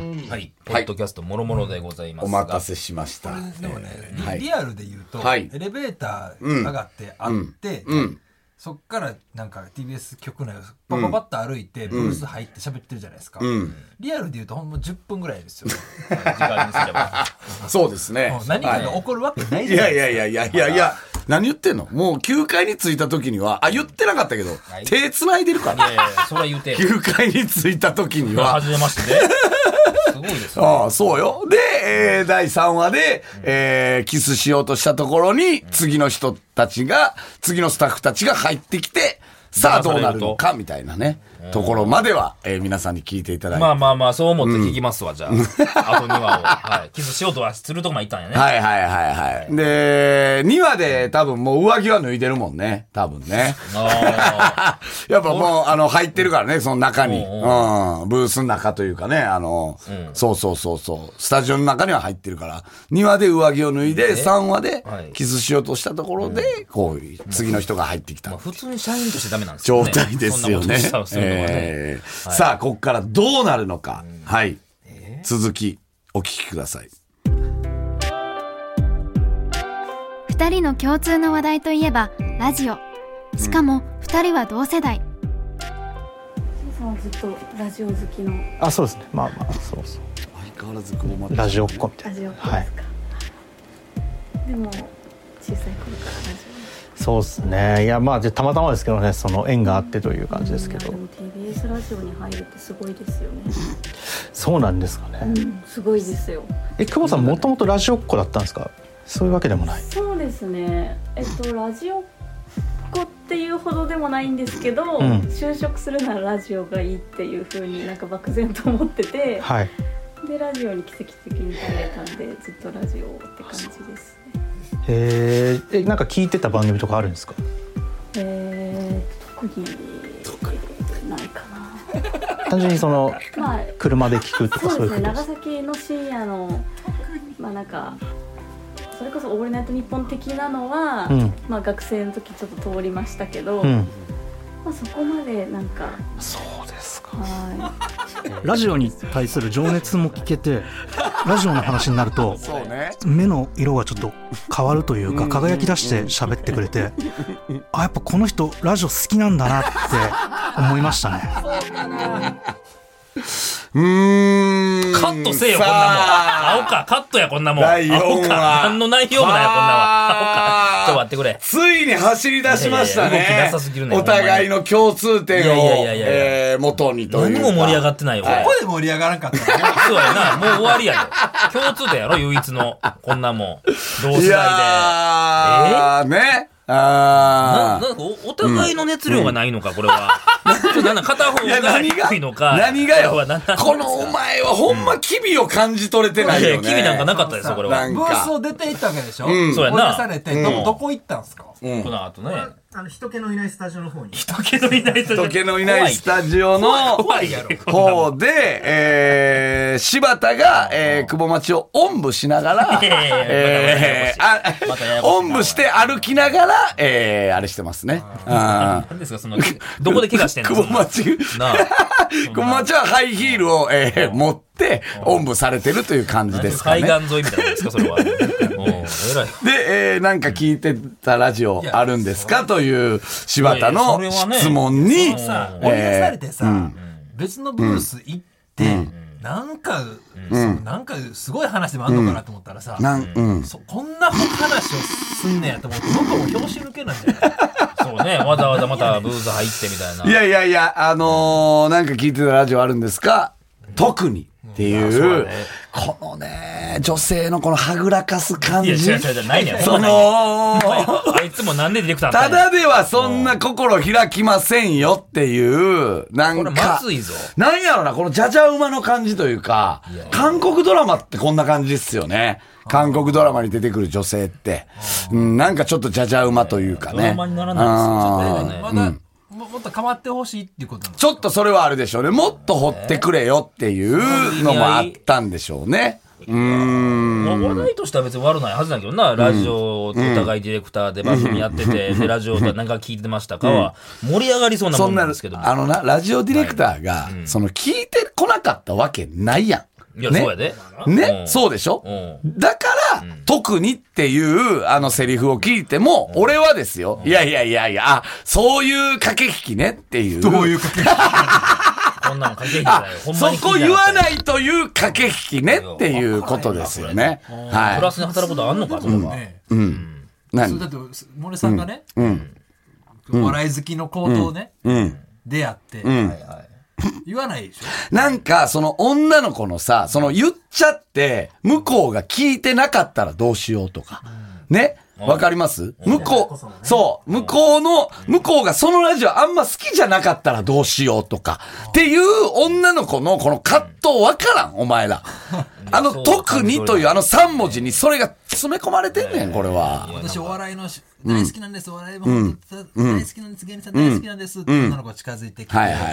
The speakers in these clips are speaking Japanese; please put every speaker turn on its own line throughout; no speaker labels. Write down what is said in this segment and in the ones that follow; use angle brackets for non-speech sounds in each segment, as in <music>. ッドキャストもろもろでございます
お
が、
待たせしました。
でもね、
えーはい
リアルで言うと、
はい
エレベーター上がってあって、
うん。
そっからなんか TBS 局内をパパパッと歩いて、ブース入って喋ってるじゃないですか、
うん。
リアルで言うとほんま10分ぐらいですよ
時間にすれば。
<laughs> そうですね
もう。何かが
は
起こるわけない
い
じ
い
ゃな
や
い
い
ですか、
やいやいやいやいや、何言ってんのもう9階に着いた時には、あ、言ってなかったけど
い、
手繋いでるか
いや
ら。
いやいやそれは言うて。
9階に着いた時には
は、じめましてね。すごいですね。
ああ、そうよ。で、えー第3話で、えーキスしようとしたところに、次の人たちが、次のスタッフたちが入ってきて、さあ
騙され
どう
ると
なるのか、みたいなね、ところまでは、えー皆さんに聞いていただいて。
まあまあまあ、そう思って聞きますわ、じゃあ。あと2話を。はい。キスしようとはするとこまで行ったんやね。
はいはいはいはい。で、2話で多分もう上着は脱いでるもんね。多分ね。
あ
あ <laughs> やっぱもう、あの、入ってるからね、その中に。
おう
うん。ブースの中というかね、あの、そうそうそうそう。スタジオの中には入ってるから。2話で上着を脱いで、3話で
はい
キスしようとしたところで、こう、次の人が入ってき
ーま
た
あ。普通に社員としてダメなんですよ
状
ね。
態ですよね
そんなこと。したらするのはね。
えーさあ、ここからどうなるのか。はい。続き、お聞きください。
2人の共通の話題といえばラジオしかも2人は同世代、
さんはずっとラジオ好きの
あそうですねまあまあそうそう
相変わらずこうま
ラジオっ子みた
ラ
いな
ジオですか、
はい
でも小さい頃からラジ
そうですねいやまあじゃあたまたまですけどねその縁があってという感じです
オ
けど
でも TBS ラジオに入るってすごいですよね、
そうなんですかね
うん、すごいですよ
え久保さんもともとラジオっ子だったんですかそういうわけでもない
そうですねえっとラジオっ子っていうほどでもないんですけど、
ん
就職するならラジオがいいっていうふうになんか漠然と思ってて
はい
でラジオに奇跡的に出会えたんでずっとラジオって感じですね
えー、えなんか聞いてた番組とかあるんですか
えー、特にないかな
単純にその
まあ
車で聞くとか
そう
そういうこ
ですね
とで
長
す
崎の深夜のまあなんかそれこそ「オールナイトニッポン」的なのは、
うん
まあ、学生の時ちょっと通りましたけど、
うん
まあ、そこまでなんか
そうですか
は
ラジオに対する情熱も聞けてラジオの話になると
そうね。
目の色がちょっと変わるというか輝き出して喋ってくれてあやっぱこの人ラジオ好きなんだなって思いましたね
うーん。
カットせえよ、こんなもん。
さあ
青か、カットや、こんなもん。
第四話
青か、何の内容もないよ、こんなは。
はあ
青か。ちょっと待ってくれ。
ついに走り出しました
いやいやいや動
ね
きなさすぎる。ね
お互いの共通点
いやいやい
を
やいや
えー元にという
何
か。
も盛り上がってないよ、これ
ここで盛り上がらんかったらね
そうやな、もう終わりやろ。共通点やろ、唯一の。こんなもん。同
い
世代で。
やー、ね。
な
あ
なんかおお互いの熱量がないのか、これは。 <laughs> ちょっとなんだ片方
ーいや
が
何が
低いのか。
何がよ
これは何なんですか
このお前はほんま機微を感じ取れてない
いやい
よ
や、
ね。
君なんかなかったですよ、これは。
なん
ブ
か
ースを出て行ったわけでしょ、
うん
そうやな
追い出されて、
うん
どどこ行ったんですか、
うん
この後ね。
あの人気のいないスタジオの方に
人気のいない人
時計のいないスタジオの
怖いやろ。
方で、えー、柴田が、えー、久保町をおんぶしながら、
いやいやいや
えー、あ
またややこしいまたややこしい
おんぶして歩きながら、えー、あれしてますね。あー
何ですか、その、どこで怪我してんの
久保町、
なあ。
<laughs> 久保町はハイヒールを、えー、持って、おんぶされてるという感じですか
海
ね。
岸沿いみたいなんですか、それは。うん、えらい。
で、えー、なんか聞いてたラジオあるんですかという柴田の
いやいやそれはね
質問に、
その
さ
う
追
ん
い出されてさ、
うん
別のブース行って、なんか、そのなんかすごい話でもあんのかなと思ったらさ、
なん、うん。
そこんな話をすんねやと思って僕はもう拍子抜けなんじゃない
そうね、わざわざまたブース入ってみたいな。
いやいやいや、あのーなんか聞いてたラジオあるんですか特にっていう、このね、女性のこのはぐらかす感
いや、
じ。
違う違う違う、ないねん。
その、
あいつもなんでディレクター
ただ
で、
ではそんな心開きませんよっていう、な
こ
ん
れま
か、
ずいぞ。
なんやろな、このじゃじゃ馬の感じというか、韓国ドラマってこんな感じっすよね。韓国ドラマに出てくる女性って、うん、なんかちょっとじゃじゃ馬というかね。
ドラマにならないですよ
ま
ちょっとね
うん
だ、も <laughs> もっと構ってほしいっていうことなの
ちょっとそれはあるでしょうね。もっと掘ってくれよっていうのもあったんでしょうね。うーん。
まあ話題としては別に悪ないはずだけどな、ラジオ、お互いディレクターで番組やってて、で、ラジオで何か聞いてましたかは、盛り上がりそうなも
そ
ん
ん
な
なん
ですけども。
あのな、ラジオディレクターが、その聞いてこなかったわけないやん。
いや、
ね
そうやで。
ね、
うん
そうでしょ、
う
だから、特にっていう、あのセリフを聞いても、俺はですよ、いやいやいやいや、あそういう駆け引きねっていう。
どういうかけ方
こんなの駆け引き
あ
だよ。、ほん
そ
まに。
こ言わないいという駆け引きねっていうことですよね。
プラ
は
スに働くことあんのか、それは。
ね
い。うん。
そうだ
何
って森さんがね、
うん。
お笑い好きの子とね、
うん。
出会って、
うん。
言わないでしょ
なんか、その女の子のさ、その言っちゃって、向こうが聞いてなかったらどうしようとか。ねわかります向こう、そう、向こうの、向こうがそのラジオあんま好きじゃなかったらどうしようとか。っていう女の子のこの葛藤わからん、お前ら。あの、
そう
特にというあの3文字にそれが詰め込まれてんねん、これは。
私お笑いのし大好きなんです、お笑いも本当に大好きなんです、芸人さん大好きなんです、って女の子が近づいてきて、
はいはいはい。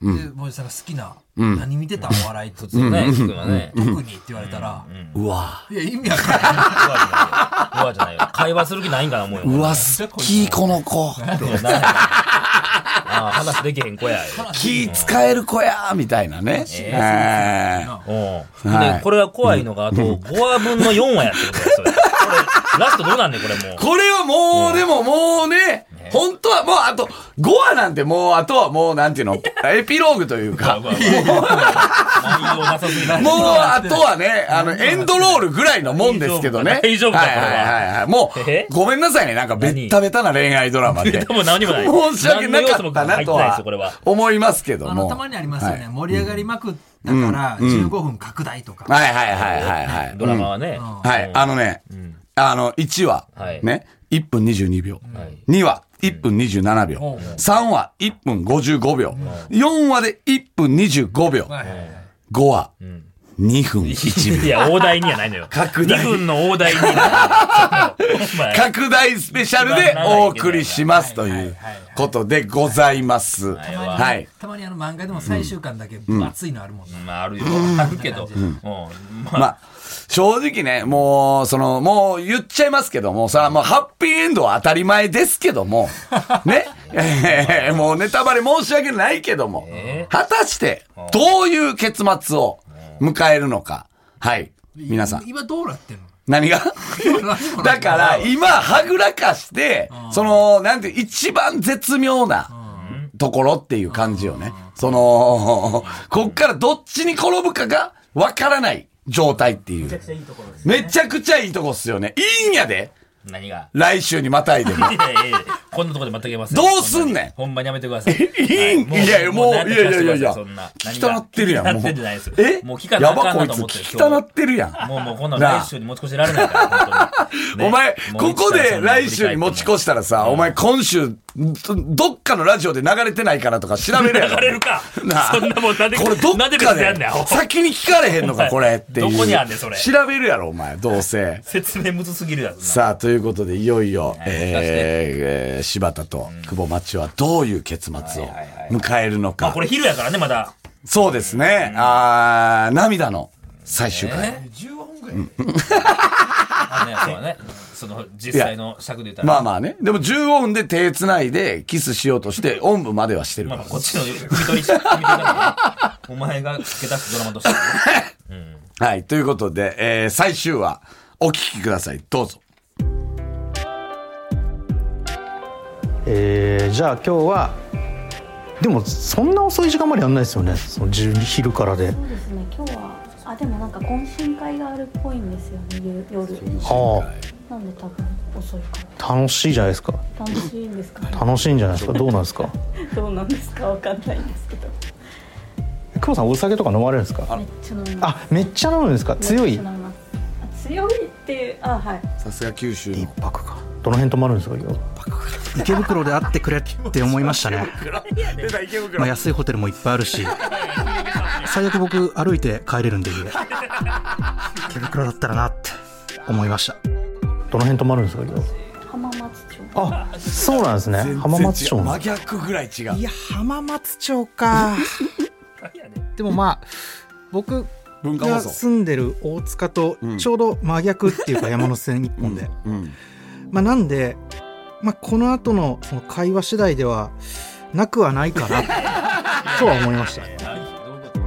で森さんが好きな、何見てたお笑いと、
そうね、聞くわね。
特にって言われたら、
うわ。
いや意味わ
<laughs>
かんないう
わじゃないよ。会話する気ないんかな、思うよ。
うわ、好き、この子。
ないああ、話できへん子や。
気使える子やみたいなね。えー
うん。
は
で
い、
これが怖いのが、あと5話分の4話やってるから、それ。これ、ラストどうなんねん、これもう。
これはもう、でももうね、本当はもうあと、5話なんてもう、あとはもう、なんていう
<laughs>
の、エピローグというか、もう
内容なさすぎない。
あとはね、
<laughs>
あの、エンドロールぐらいのもんですけどね。
大丈夫か
はいはいはいはい。も
え
う、ごめんなさいね、なんかベッタベタな恋愛ドラマで。
多分 <laughs> 何にもない。
申し訳なかったな
何の要素も入って
と
ないですよ、これ
は
は。
思いますけど
あの
も。
たまにありますよね、
はい
盛り上がりまくったから15分拡大とか、
はいはいはいはいはい。
ドラマはね。
はい、あのね、あの、1話、
はい
ね、1分22秒。
はい
2話、1分27秒。
うん
3話、1分55秒。4話で1分25秒。
はいはいはい
5話、2分1
い
秒。
や、大台にはないのよ。
拡大
2分の大台にはないのよ。お前
拡大スペシャルでお送りしますということでございます。
はい
たまに
はい。
たまにあの漫画でも最終巻だけ分厚いのあるもんね、
<laughs> まあ、あるよ。あるけど。うん。まあ、
<laughs> まあ、正直ね、もう、その、もう言っちゃいますけども、それはもうハッピーエンドは当たり前ですけど <laughs> も、ね、えーもうネタバレ申し訳ないけども、果たして、どういう結末を迎えるのか、はい、皆さん、
今どうなってんの
何 <laughs> がだから、今、はぐらかして、その、なんて、一番絶妙なところっていう感じよね。その、こっからどっちに転ぶかがわからない状態っていう。
ちゃいいところです。
めちゃくちゃいいとこっすよね。いいんやで
何が。
来週にまたいで
<laughs>
も。
いやいやいやこんなとこで全くいけません。
どうすんねん
ほんまにやめてください。
<laughs> いいん
はい
やいやもう
なんとかしてくださ
いやいやいや
そんな。
聞きたなってるやんもう
聞きたなってないです。
え
もう聞かな
や
あか
ば
ん
こ
ないと
つ
思ってる。
聞きたなってるやん。
もうもうこんなの
なあ
来週に持ち越しられない <laughs> から、本当にね
お前、
もう
こ
一
こ
から
で
そんなの
来週に持ち越したらさ、
うん
お前今週、どどっかのラジオで流れてないかなとか調べるやろ。
流れるか
<laughs> なあ
そんなもん <laughs> なんで
これどっ
なんで
か
別にやんね
で
んアホ、
先に聞かれへんのか、これっていう。
どこにあんねんそれ
調べるやろ、お前、どうせ。
説明むずすぎるやろな。
さあ、ということで、いよいよ、
い聞かせて
えーえー柴田と久保町はどういう結末を迎えるの
まあ
か
こ。れ昼やからね、まだ。
そうですね。あー涙の最終回。
え
15分ぐらい、
<laughs> あね、そうだね。その、実際の尺で言ったら。
まあまあね。でも15分で手繋いでキスしようとして、おんぶまではしてる
まあ
か
ま
ら
あ、。こっちの読み取りし、読み取りだからねお前が付け出すドラマとしてね。
はい。ということで、えー最終話、お聞きください。どうぞ。
えーじゃあ今日はでもそんな遅い時間までやんないですよねその10昼からで
そうですね今日はあでもなんか懇親会があるっぽいんですよね夜
あ
なんで多分遅いか
あ楽しいじゃないですから
楽しいんですかね
楽しいんじゃないですかどうなんですか
どうなんですかわかんないんですけど
久保さんお酒とか飲まれるんですか
めっちゃ飲みます
あめっちゃ飲むんですか強
めっ
い
ちゃ飲みますあ強いっていうあはい
さすが九州
一
の。
泊かどの辺泊まるんですか今日
池袋で会ってくれって思いましたね、まあ、安いホテルもいっぱいあるし最悪僕歩いて帰れるんで家池袋だったらなって思いました
どの辺泊まるんですか今日
浜松町
あそうなんですね浜松
全然違
町
う
の
真逆ぐらい違う。
いや、浜松町か。でもまあ、僕
文化
が
放送。
住んでる大塚とちょうど真逆っていうか山手線一本で。
うん。
まあなんで、まあこの後のその会話次第ではなくはないかなとは思いました。
どういうこと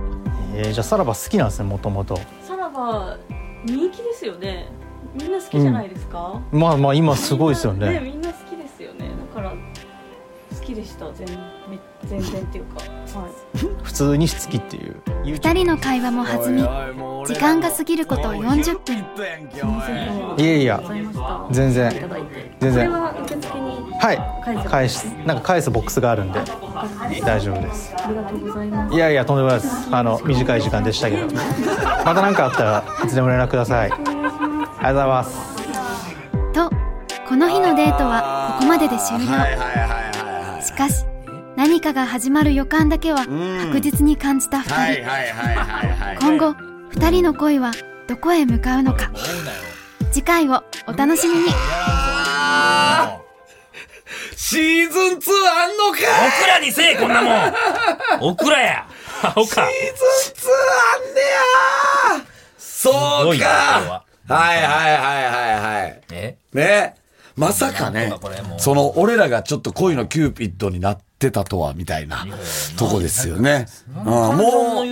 ええーじゃあさらば好きなんですねもともと
さらば人気ですよねみんな好きじゃないですか、
まあまあ今すごいですよね
みんな好きですよねだから好きでした全め全然っていうかはい
普通に好きっていう
二人の会話も弾み時間が過ぎること40分
いやいや
ございました
全然
いただいて
全然
これは受付に
はい返すなんか返すボックスがあるんで大丈夫です
ありがとうございます
いやいやとんでもないですあの短い時間でしたけどまた何かあったらいつでも連絡くださいありがとうございます
とこの日のデートはここまでで終了、
はいはいはいはいはい
しかし何かが始まる予感だけは確実に感じた2人、
はいはいはいはいはい
今後2人の恋はどこへ向かうのか次回をお楽しみに
シーズン2あんのか
オクラにせえ、こんな <laughs> もん。オクラや。アホか。
シーズン2あんねやそう
すごいなこれは
かはいはいはいはいはい。
え
ねまさか
な
ね
んとかこれも、う
その、俺らがちょっと恋のキューピッドになってたとは、みたいな、とこですよね。うんもう、もう、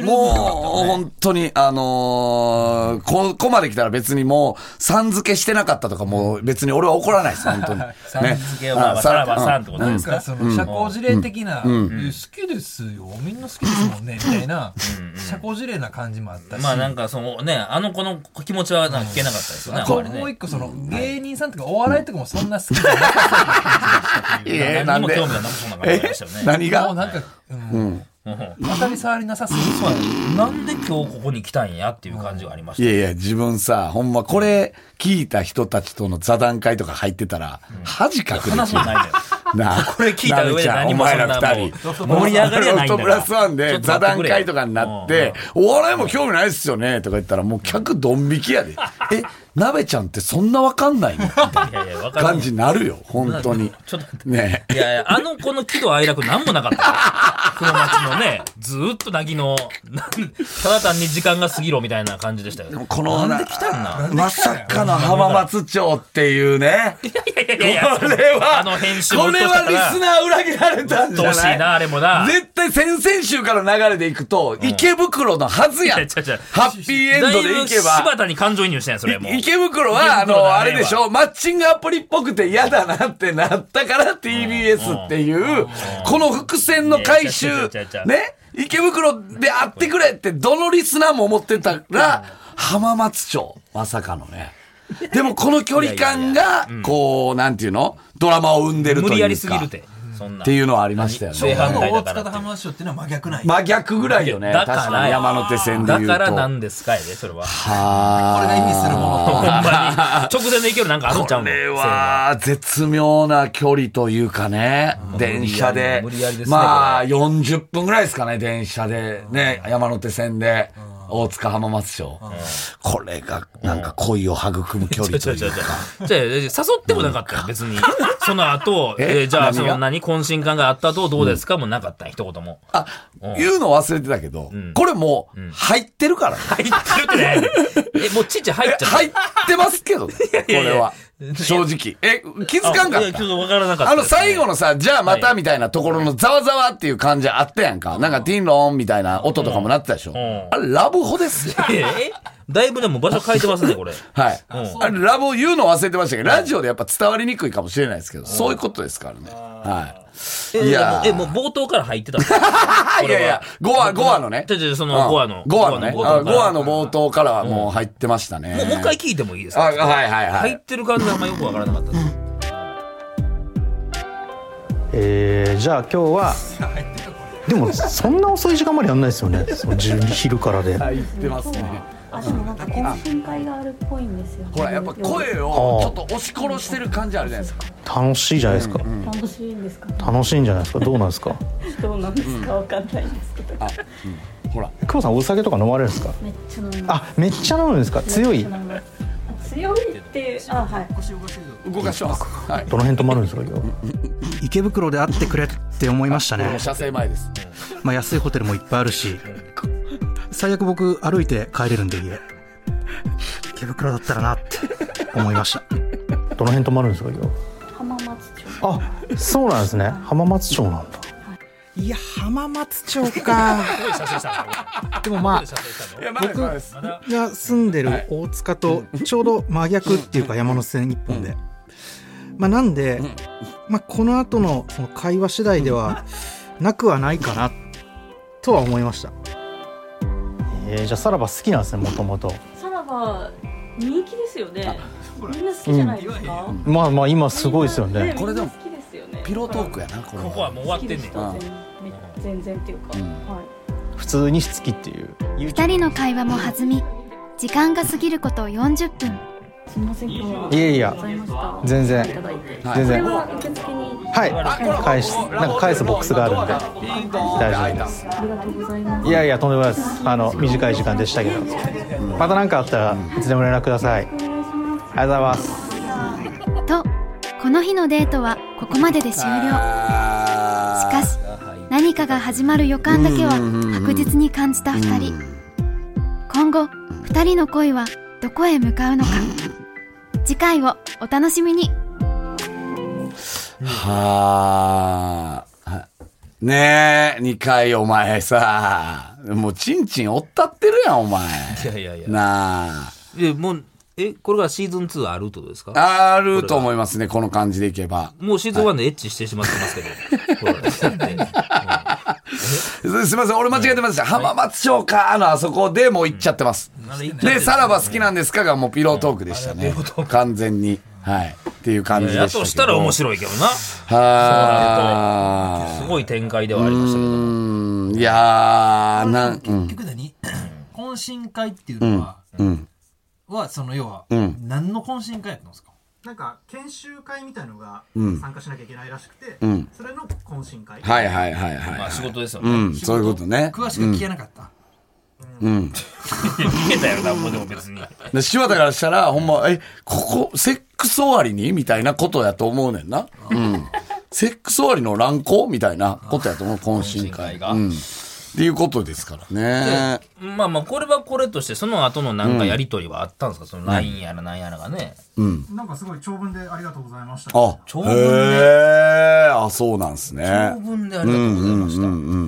本当に、あのーここまで来たら別にもう、さん付けしてなかったとか、もう別に俺は怒らないです、本当に。
<laughs> さん付けは、まあ、
ね
さらばさんってことです
なんか
か。
その社交辞令的な、いや好きですよみんな好きですもんねみたいな社交辞令な感じもあったし、
まあなんかそのね、あの子の気持ちはなんか聞けなかったですよね、あんま
も
り
う
ね。
一個その芸人さんとかお笑いとかもそんな好きじゃなかった
いや
何
な
に
ん
も
で
興味がなくそうな感じでしたよね。
何
けどもう
が
なんか、うん当たり障りなさすぎて
なんで今日ここに来たんやっていう感じがありまし
いやいや、自分さ、ほんま、これ、聞いた人たちとの座談会とか入ってたら、恥かく
た。
で
話
し
も
ょ。
ないのよ。
なあ、
これ聞いた上で何も
お
そ
前
ん
ら
なも
二
う
人。
盛り上がりやないんだから
ロフトプラスワンで座談会とかになっ
ちょ
て、お笑いも興味ないっすよね、とか言ったら、もう客ドン引
<laughs>
きやで。え、鍋ちゃんってそんなわかんないのみたい
いやいや、わ
な
か
感
る。
じになるよ、本当に。
ちょっと待って。
ね
いやいや、あの子の喜怒哀楽なんもなかったから。この街のね、ずーっとなぎの、なんただ単に時間が過ぎろみたいな感じでしたよ。
え。この、
来たんな。
まさかの浜松町っていうね。
いやいやいや、
これは、
あの編集も
これはリス
ナ
ナー裏切られたんじゃな
うっとうしいなあれもな
絶対先々週からの流れでいくと、池袋のはずやん。
いや違う違う
ハッピーエンドでいけば。
柴田に感情移入してんやそれもう。
池袋
池
は、あ
袋だ
の、
ね
あれでしょ、マッチングアプリっぽくて嫌だなってなったから TBS っていう、この伏線の回収
いや違う違う違う違、う
ね、池袋で会ってくれって、どのリスナーも思ってたら、浜松町、まさかのね。でもこの距離感が、こう、なんていうのドラマを生んでるという
無
か。
理やりすぎるて。そんな。
っていうのはありましたよ
正
ね。
反対
大
だ
塚
か
と
ら。
浜松町っていうのは真逆ない、
真逆ぐらいよね。
だ
確
から
かに山手線で言
だ
うと。
からなんですかいね、それは。 <laughs>
は
これが意味するもの
ほんまに。直前でいけるなんかあるんちゃう
こ
の
れは絶妙な距離というかね、電車で
無理やりですね
まあ40分ぐらいですかね、電車で、ね、山手線で、大塚浜松町。これがなんか恋を育む距
ちょ
離
ち
と
ょち
い
ょ
う
ちょ
か。。
じゃあ誘ってもなかった
<laughs>
よ、別に。その後、
え
えーじゃあ、
何
そ
が
の何、懇親会があった後どうですかもなかったよ、一言も。
あ、言うの忘れてたけど、これもう入って
<laughs>
るからね。
入ってるってね。え、もう父入っちゃった。
入ってますけどね、こ
<laughs> いやいや
れは。正直。え、気づかんか
い
っ
や
た
ちょっとわからなかった
あ
で
の
すね。
最後のさ、じゃあまたみたいなところのざわざわっていう感じあったやんか。なんかティンローンみたいな音とかもなってたでしょ。あれラブホですよ。
ええだいぶでも場所変えてますね、これ。
はい。
うん
あれラブホ言うの忘れてましたけど、ラジオでやっぱ伝わりにくいかもしれないですけど、そういうことですからね。はい。
え
<laughs> いやー
え、もう冒頭から入って
<laughs>
たの
あいやいや、5話、5話のね。
ちょちょその
うん
5話の
5話のね。
5
5
話の冒頭から
話の冒頭からはもう入ってましたね。
もうもう一回聞いてもいいです
あ、
か
はいはいは
入
い
っ。てる感じあんまよくわからなかったです。
えーじゃあ今日はでもそんな遅い時間までやんないですよねその12昼からで
入ってますね。
あでもなんか懇親会があるっぽいんですよ
ほら、やっぱ声をちょっと押し殺してる感じあるじゃないですか。
楽しいじゃないですか
楽しいんですかね
楽しいんじゃないですかどうなんですか
どうなんですかわかんないですけど
ほら。
久保さんお酒とか飲まれるんですか
めっちゃ飲みます
あめっちゃ飲むんですか強い
めっち
ど
ゃ飲みますあ強いってあはい
動かしてます。はい。
の辺止まるんですか今日
<laughs> 池袋で会ってくれって思いました
この
ね、
射精前です。
まあ、安いホテルもいっぱいあるし最悪僕歩いて帰れるんで家池袋だったらなって思いました
どの辺止まるんですか今日
浜松町
あそうなんですね浜松町なんだ
いや、浜松町か。
どこで写真したの
でもま
どこで写真したの
いや、まだまだです。
まだ
あ、が住んでる大塚とちょうど真逆っていうか山手線一本で。まあ、なんで、まあ、この後のその会話次第では、なくはないかな、とは思いました。
えーじゃあさらば好きなんですねもともと
さらば人気ですよねみんな好きじゃないですか、
まあまあ今すごいですよね
こ
こ
れ
れで
でも
も
好きですよね
ピロートークやな、これ。
ここはもう終わってんねん
好きでした全然っていうか、はい
普通に好きっていう
二人の会話も弾み時間が過ぎること40分
すみません今日はい
やいや
ございました
全
いた
然
だいて
はい
全
これ
然
は受付に
はい
これ
返すなんか返すボックスがあるんで
ピンポーン
大丈夫です
ありがとうございます
いやいやとんでもないですあの短い時間でしたけどまた何かあったらいつでも連絡くださいあり
お願いします
がとうございます
とこの日のデートはここまでで終了
あ
し
ー
かし何かが始まる予感だけは確実に感じた二人今後二人の恋はどこへ向かうのか次回をお楽しみに
はあ。ねえ、二回お前さ、もうチンチンおったってるやん、お前。
いやいやいや
なあ。
えもうえこれがシーズン2あるってことですか
あると思いますね、この感じでいけば。
もうシーズン1でエッチしてしまってますけど、これ
すすいません、俺間違えてました。浜松町か、あの、あそこでもう行っちゃってます。で、さらば好きなんですかがもうピロートークでしたね。完全に。はい。ってい
<laughs>
う感じでした
や
けど。
としたら面白いけどな
は
す
あ。
ごい展開ではありましたけ
う
ど
ーん、いやー、なん、うん
結局何懇親会っていうのは、は、その要は、何の懇親会やったんですか
なんか研修会みたいのが参加しなきゃいけないらしくて、それの懇親会、
はいはいはいはい。
まあ仕事ですよ
う
ね。
ん、そういうことね。
詳しく聞けなかった。
逃げたよな、もうでも別に。
で柴田からしたら、ほんま、え、ここ、セックス終わりにみたいなことやと思うねんな。うん。セックス終わりの乱行みたいなことやと思う、懇親
懇親会
会
が
が。うん。っていうことですからね。
まあまあ、これはこれとして、その後のなんかやりとりはあったんですか、その LINE やらなんやらがね。
なんかすごい長文でありがとうございました
あ、
長
長
文
文
ね
へえ、あ、そうなんですね
長。文でありがとうございまし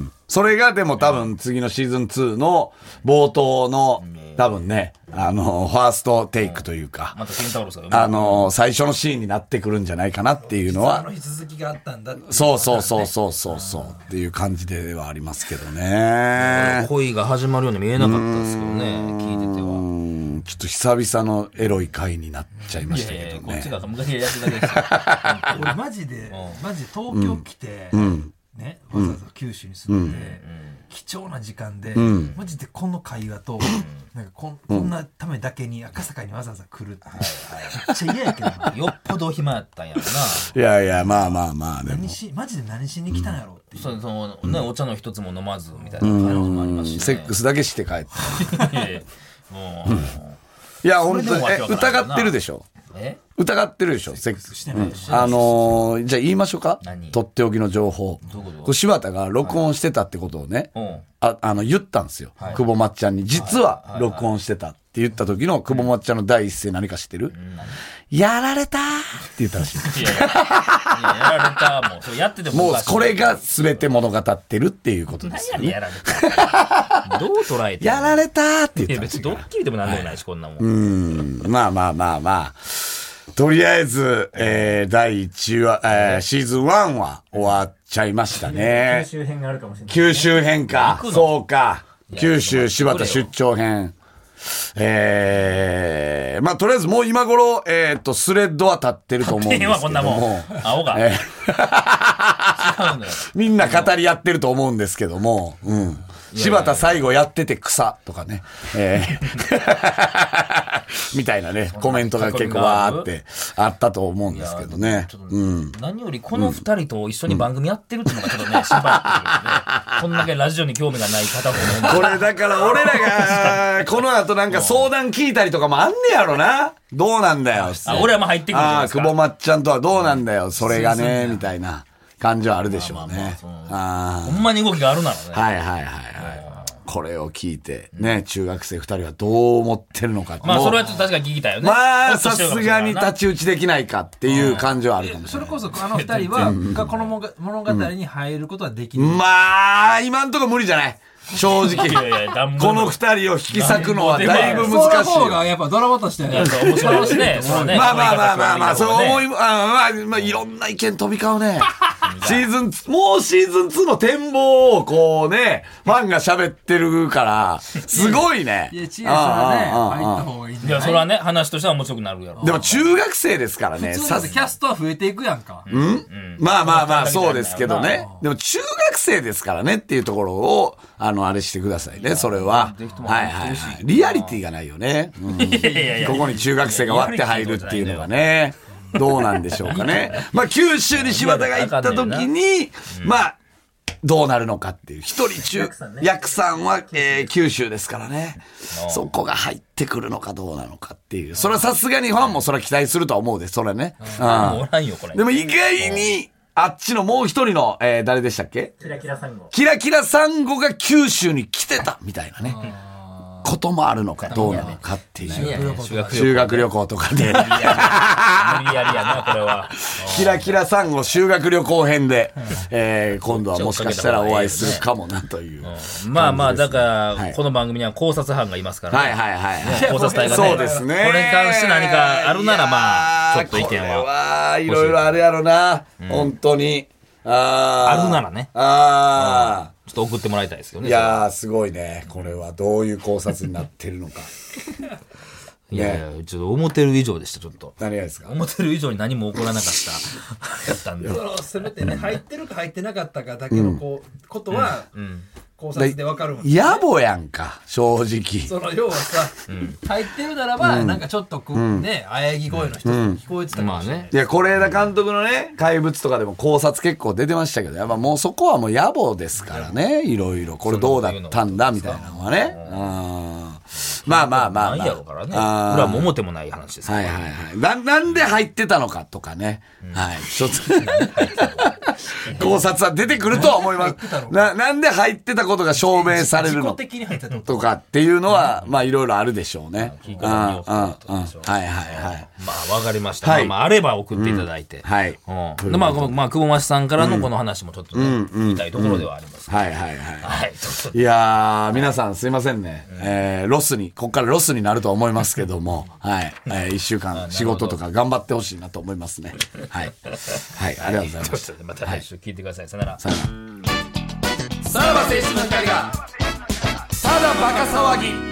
た。
それがでも多分次のシーズン2の冒頭の、多分ね、あの、ファーストテイクというか、
またケンタウロスが読
あの、最初のシーンになってくるんじゃないかなっていうの
あ
は
の、日続きがあったんだっていう
そうそうそうそうそうそうっていう感じではありますけど
む
ね。
恋が始まるように見えなかったですけどね、聞いてては。
うんちょっと久々のエロい回になっちゃいま
い
した
やい
け
や、
ど
こっち
ね。
が無理やりやってるだけですよ。
俺マジで、マジで東京来て、ね、わざわざ九州に住んで、貴重な時間で、マジでこの会話と、なんかこんこんなためだけに赤坂にわざわざ来るって、めっちゃ嫌やけどな
よっぽど暇やったん
<laughs>
やろな。
いやいや、まあまあまあ、でも
何。しマジで何しに来たんやろっていう、
そそのね、お茶の一つも飲まずみたいな感じもありますし、ね。
セック
<laughs> ス。
スだけして帰って。
もう、
いや、本当
そ
に、
れ
え
でもわけわからんな
疑ってるでしょ
え
疑ってるでしょセックス。
してないでし
あのーじゃあ言いましょうか
何
とっておきの情報
どういうこと。
これ柴田が録音してたってことをね、
うん。
ああの、言ったんですよ。久保まっちゃんに。実は、録音してたって言った時の、久保まっちゃんの第一声何か知ってる、やられたーって言ったらしい。
いやいや、いややられた、もう。それやってても
も
お
う
かしい
これが全て物語ってるっていうことですよ
何やねんや
ね。
られた。どう捉えてんの
やられたーって
い
言っ
や
た
別にドッキリでもなんでもないし、こんなもん。
うんまあまあまあまあ。とりあえず、えー、第1話、えー、シーズン1は終わっちゃいましたね。
周辺があるかもしれない
九州編か
行く。の
そうか。九
ち
州
ょっ
柴
と待
田
ってくれよ
出張編。えー、まあとりあえずもう今頃、えっ、と、スレッドは立ってると思うんですけ
え
ど
え
も。
わ、こんなもん。青が。違
<laughs> え
うのよ。
みんな語り合ってると思うんですけども、うん。柴田最後やってて草とかね、えー <laughs> みたいなね、コメントが結構わーってあったと思うんですけどね
ちょ。っと
うん。
何よりこの二人と一緒に番組やってるっていうのがちょっとね、心配っていうので、こんだけラジオに興味がない方もね
<laughs> これだから俺
<laughs>
らが、この後なんか相談聞いたりとかもあんねやろな。どうなんだよ。
あ俺らも入ってくるんじゃない
あ
で
あ、
すか
久保まっちゃんとはどうなんだよ。それがね、みたいな感じはあるでしょうね。
まあまあまあそう
あ
ほんまに動きがあるならね。
あ。はいはいはいはい。これを聞いて、ね、中学生二人はどう思ってるのかって
まあ、
もう
それはちょっと確かに聞きたいよね。
ま
ほ
あ、
っと
さ
してるか
す
もしれ
が
ない
に
な
立ち打ちできないかっていう感じはあるかもし
そ
れ
れ
ない。
こそあの二人はがこのもが物語に入ることはできない、
まあ、今んとこ無理じゃない正直。
いやいや、段
この二人を引き裂くのはだいぶ難しい
その方
よ。
がやっぱドラマとして
いやそう面白いですね。そうね。
まあまあまあまあまあ、そう思い、
ま
まあまあ、まあ、いろんな意見飛び交うね。
<laughs>
シーズン2、もうシーズン2の展望をこうね、ファンが喋ってるから、すごいね。
いや知恵それはね
ああ
入っ
あ
た
ああ
方がいいん
い
じゃ
や、
ない
それはね、話としては面白くなるやろ
あ。でも中学生ですからね、
そうだ
さ
って
す
キャストは増えていくやんか、
まあまあまあ、そうですけどね。でも中学生ですからねっていうところを、あの、あれしてくださいね、それは。はいはいはい。リアリティがないよね。うん
いやいやいや。
ここに中学生が割って入るっていうのがね、どうなんでしょうかね。 <laughs> まあ、九州に柴田が行った時に、まあ、どうなるのかっていう。一人 <laughs> 中、薬さんは、えー <laughs> 九州ですからね。そこが入ってくるのかどうなのかっていう。それはさすがにファンもそれは期待するとは思うで、それはね。うん
おらんよ、これ。
でも意外に、あっちのもう一人の、えー誰でしたっけ
キラキラサンゴ
キラキラサンゴが九州に来てたみたいなね。こともあるのかどうなのかっていう。
修学
修学旅行とか
<laughs> 無理
で。
やりやな、これは。
<laughs> キラキラサンゴ修学旅行編で、えー今度はもしかしたらお会いするかもなという。
まあまあ、だか
は
ら、
い
この番組には考察班がいますから、
はいはいはいはい。
考察隊がね。
そうですね。
これに関して何かあるなら、まあ、ちょっと意見
いやーこれ
は。
はいろいろあるやろな。本当に。あー
あるならね
ああ。
ちょっと送ってもらいたいですよね。
いやー、すごいね。これはどういう考察になってるのか。 <laughs>
いやいや、ちょっと思ってる以上でした、ちょっと。
何がですか
思ってる以上に何も起こらなか
<laughs>
った。やったんで。
そのせめてね入ってるか入ってなかったかだけのこう、ことは、考察でわかるもんね
野暮やんか、正直。
その要はさ、入ってるならば、なんかちょっとこう、ね喘ぎ声の人聞こえてたか
ま
も
あ
しれない、
ね。
いや、是枝監督のね、怪物とかでも考察結構出てましたけど、やっぱもうそこはもう野暮ですからね、いろいろ。これどうだったんだ、みたいなのはね。うんまあまあまあまあ。
ないやろからね。
あー
裏も表もない話ですか
はいはいはい。な、なんで入ってたのかとかね。はい。ちょっと、考察は出てくるとは思います。な、なんで入ってたことが証明されるの
自己的に入ってたの
とかっていうのは、まあいろいろあるでしょうね。う
聞い
ん、
う方
ん、うん。
によって
は
って
いはいはい。
まあ、わかりました。
はい
まあ、まあ、あれば送っていただいて。
はい
うん。で、まあ、このまあ、久保町さんからのこの話もちょっとね、言いたいところではあります。
はいはいは
はい。ちょっと
い。いやー、皆さんすいませんね。えー、ロスに、こっからロスになると思いますけど <laughs> も、はい。えー、一週間仕事とか頑張ってほしいなと思いますね。はい。はい、 <laughs> ありがとうございまし
ちょっとまた来週聞いてください。さよなら。
た。さよなら。さらば青春の光が、ただバカ騒ぎ。